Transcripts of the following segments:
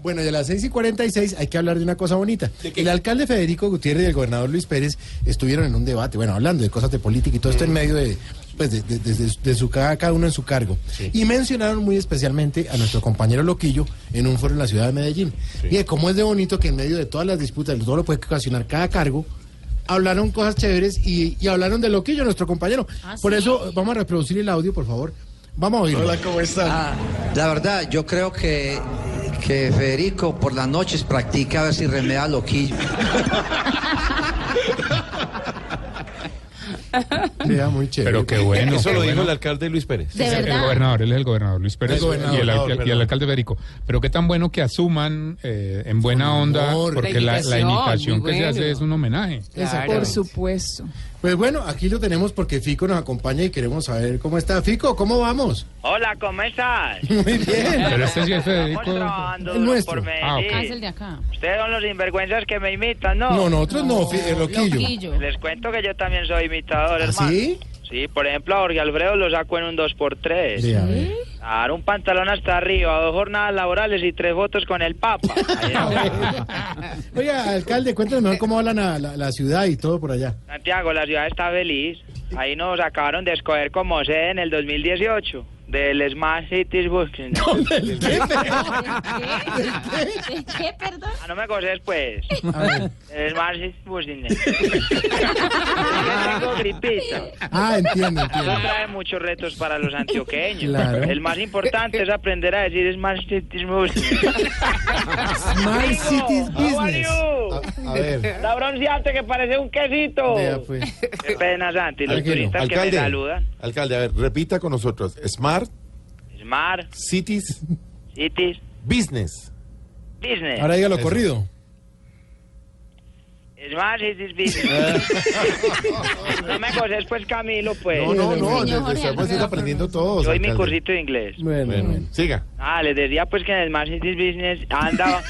Bueno, y a las 6 y 46 hay que hablar de una cosa bonita. El alcalde Federico Gutiérrez y el gobernador Luis Pérez estuvieron en un debate, bueno, hablando de cosas de política y todo esto en medio de, pues, de, de- de- de su, cada cada uno en su cargo. Y mencionaron muy especialmente a nuestro compañero Loquillo en un foro en la ciudad de Medellín. Y de cómo es de bonito que en medio de todas las disputas, de todo lo que puede ocasionar cada cargo, hablaron cosas chéveres y, y hablaron de Loquillo, nuestro compañero. Por eso vamos a reproducir el audio, por favor. Vamos a oírlo. Hola, ¿cómo están? Ah, la verdad, yo creo que, que Federico por las noches practica a ver si remeda loquillo. Vea, Ah, muy chévere. Pero qué bueno. Eso qué lo bueno. dijo el alcalde Luis Pérez. De El verdad. gobernador, él es el gobernador, Luis Pérez El gobernador, y, el, al- perdón. y el alcalde Federico. Pero qué tan bueno que asuman eh, en buena Con onda, humor. porque la, la La indicación invitación, que muy se hace bueno. es un homenaje. Exacto. Por supuesto. Pues bueno, aquí lo tenemos porque Fico nos acompaña y queremos saber cómo está. Fico, ¿cómo vamos? Hola, ¿cómo estás? Muy bien. Pero este sí es Estamos Federico. trabajando El duro nuestro. por Ah, ok. Medellín. Ah, es el de acá. Ustedes son los sinvergüenzas que me imitan, ¿no? No, nosotros no, Fi- eh, Loquillo. Loquillo. Les cuento que yo también soy imitador, ¿Ah, hermano. sí? Sí, por ejemplo, a Jorge Alfredo lo saco en un 2x3. Sí, a ver. Dar un pantalón hasta arriba, dos jornadas laborales y tres votos con el Papa. Ahí está. Ah, Oiga, alcalde, cuéntanos mejor cómo hablan a la, la ciudad y todo por allá. Santiago, la ciudad está feliz. Ahí nos acabaron de escoger como sede en el 2018 del Smart Cities Booking. ¿El qué? ¿Qué? ¿Qué, perdón? Ah, no me coces, pues. A ver. El Smart Cities Booking. Es que tengo gripita. Ah, entiendo, Eso entiendo. trae muchos retos para los antioqueños. Claro. El más importante es aprender a decir Smart Cities Business. Smart Amigo, Cities how Business. are A, a ver. La bronceante que parece un quesito. Vea, pues. Qué pena, Santi, los Tranquilo. turistas que me Alcalde, saludan. alcalde, a ver, repita con nosotros. Smart Smart Cities Cities Business. Business. Ahora dígalo corrido. Smart Cities Business. no me coces, pues, Camilo, pues. No, no, no, Señor desde- Jorge estamos Alfredo. aprendiendo todos. Yo y mi alcalde. cursito de inglés. Bueno, Bueno, bueno. siga. Ah, les decía pues que en el Smart Cities Business anda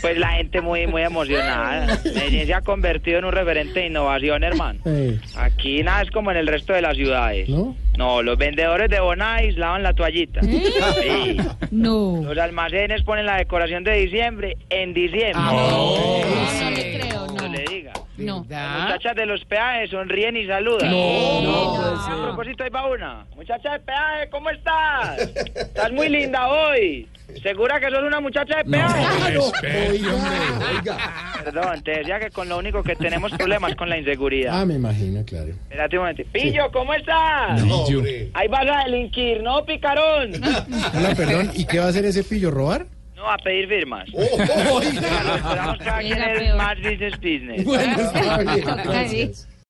pues la gente muy muy emocionada. Medellín se ha convertido en un referente de innovación, hermano. Eh, Aquí nada es como en el resto de las ciudades. ¿No? No, los vendedores de Bonais lavan la toallita. Sí. No. Los almacenes ponen la decoración de diciembre en diciembre. Ah. No, no le creo, No le no. diga. No. Las muchachas de los peajes sonríen y saludan. No, A propósito, ahí va una. Muchacha de peaje, ¿cómo estás? Estás muy linda hoy. ¿Segura que sos una muchacha de peaje? Perdón, te decía que con lo único que tenemos problemas con la inseguridad. Ah, me imagino, claro. Espérate un momento. Pillo, ¿cómo estás? Ahí vas a delinquir, ¿no, picarón? Hola, perdón. ¿Y qué va a hacer ese pillo? ¿Robar? No, a pedir firmas. Lo esperamos cada quien Era en peor. Smart Business Business. Bueno, está bien. Ay, Gracias.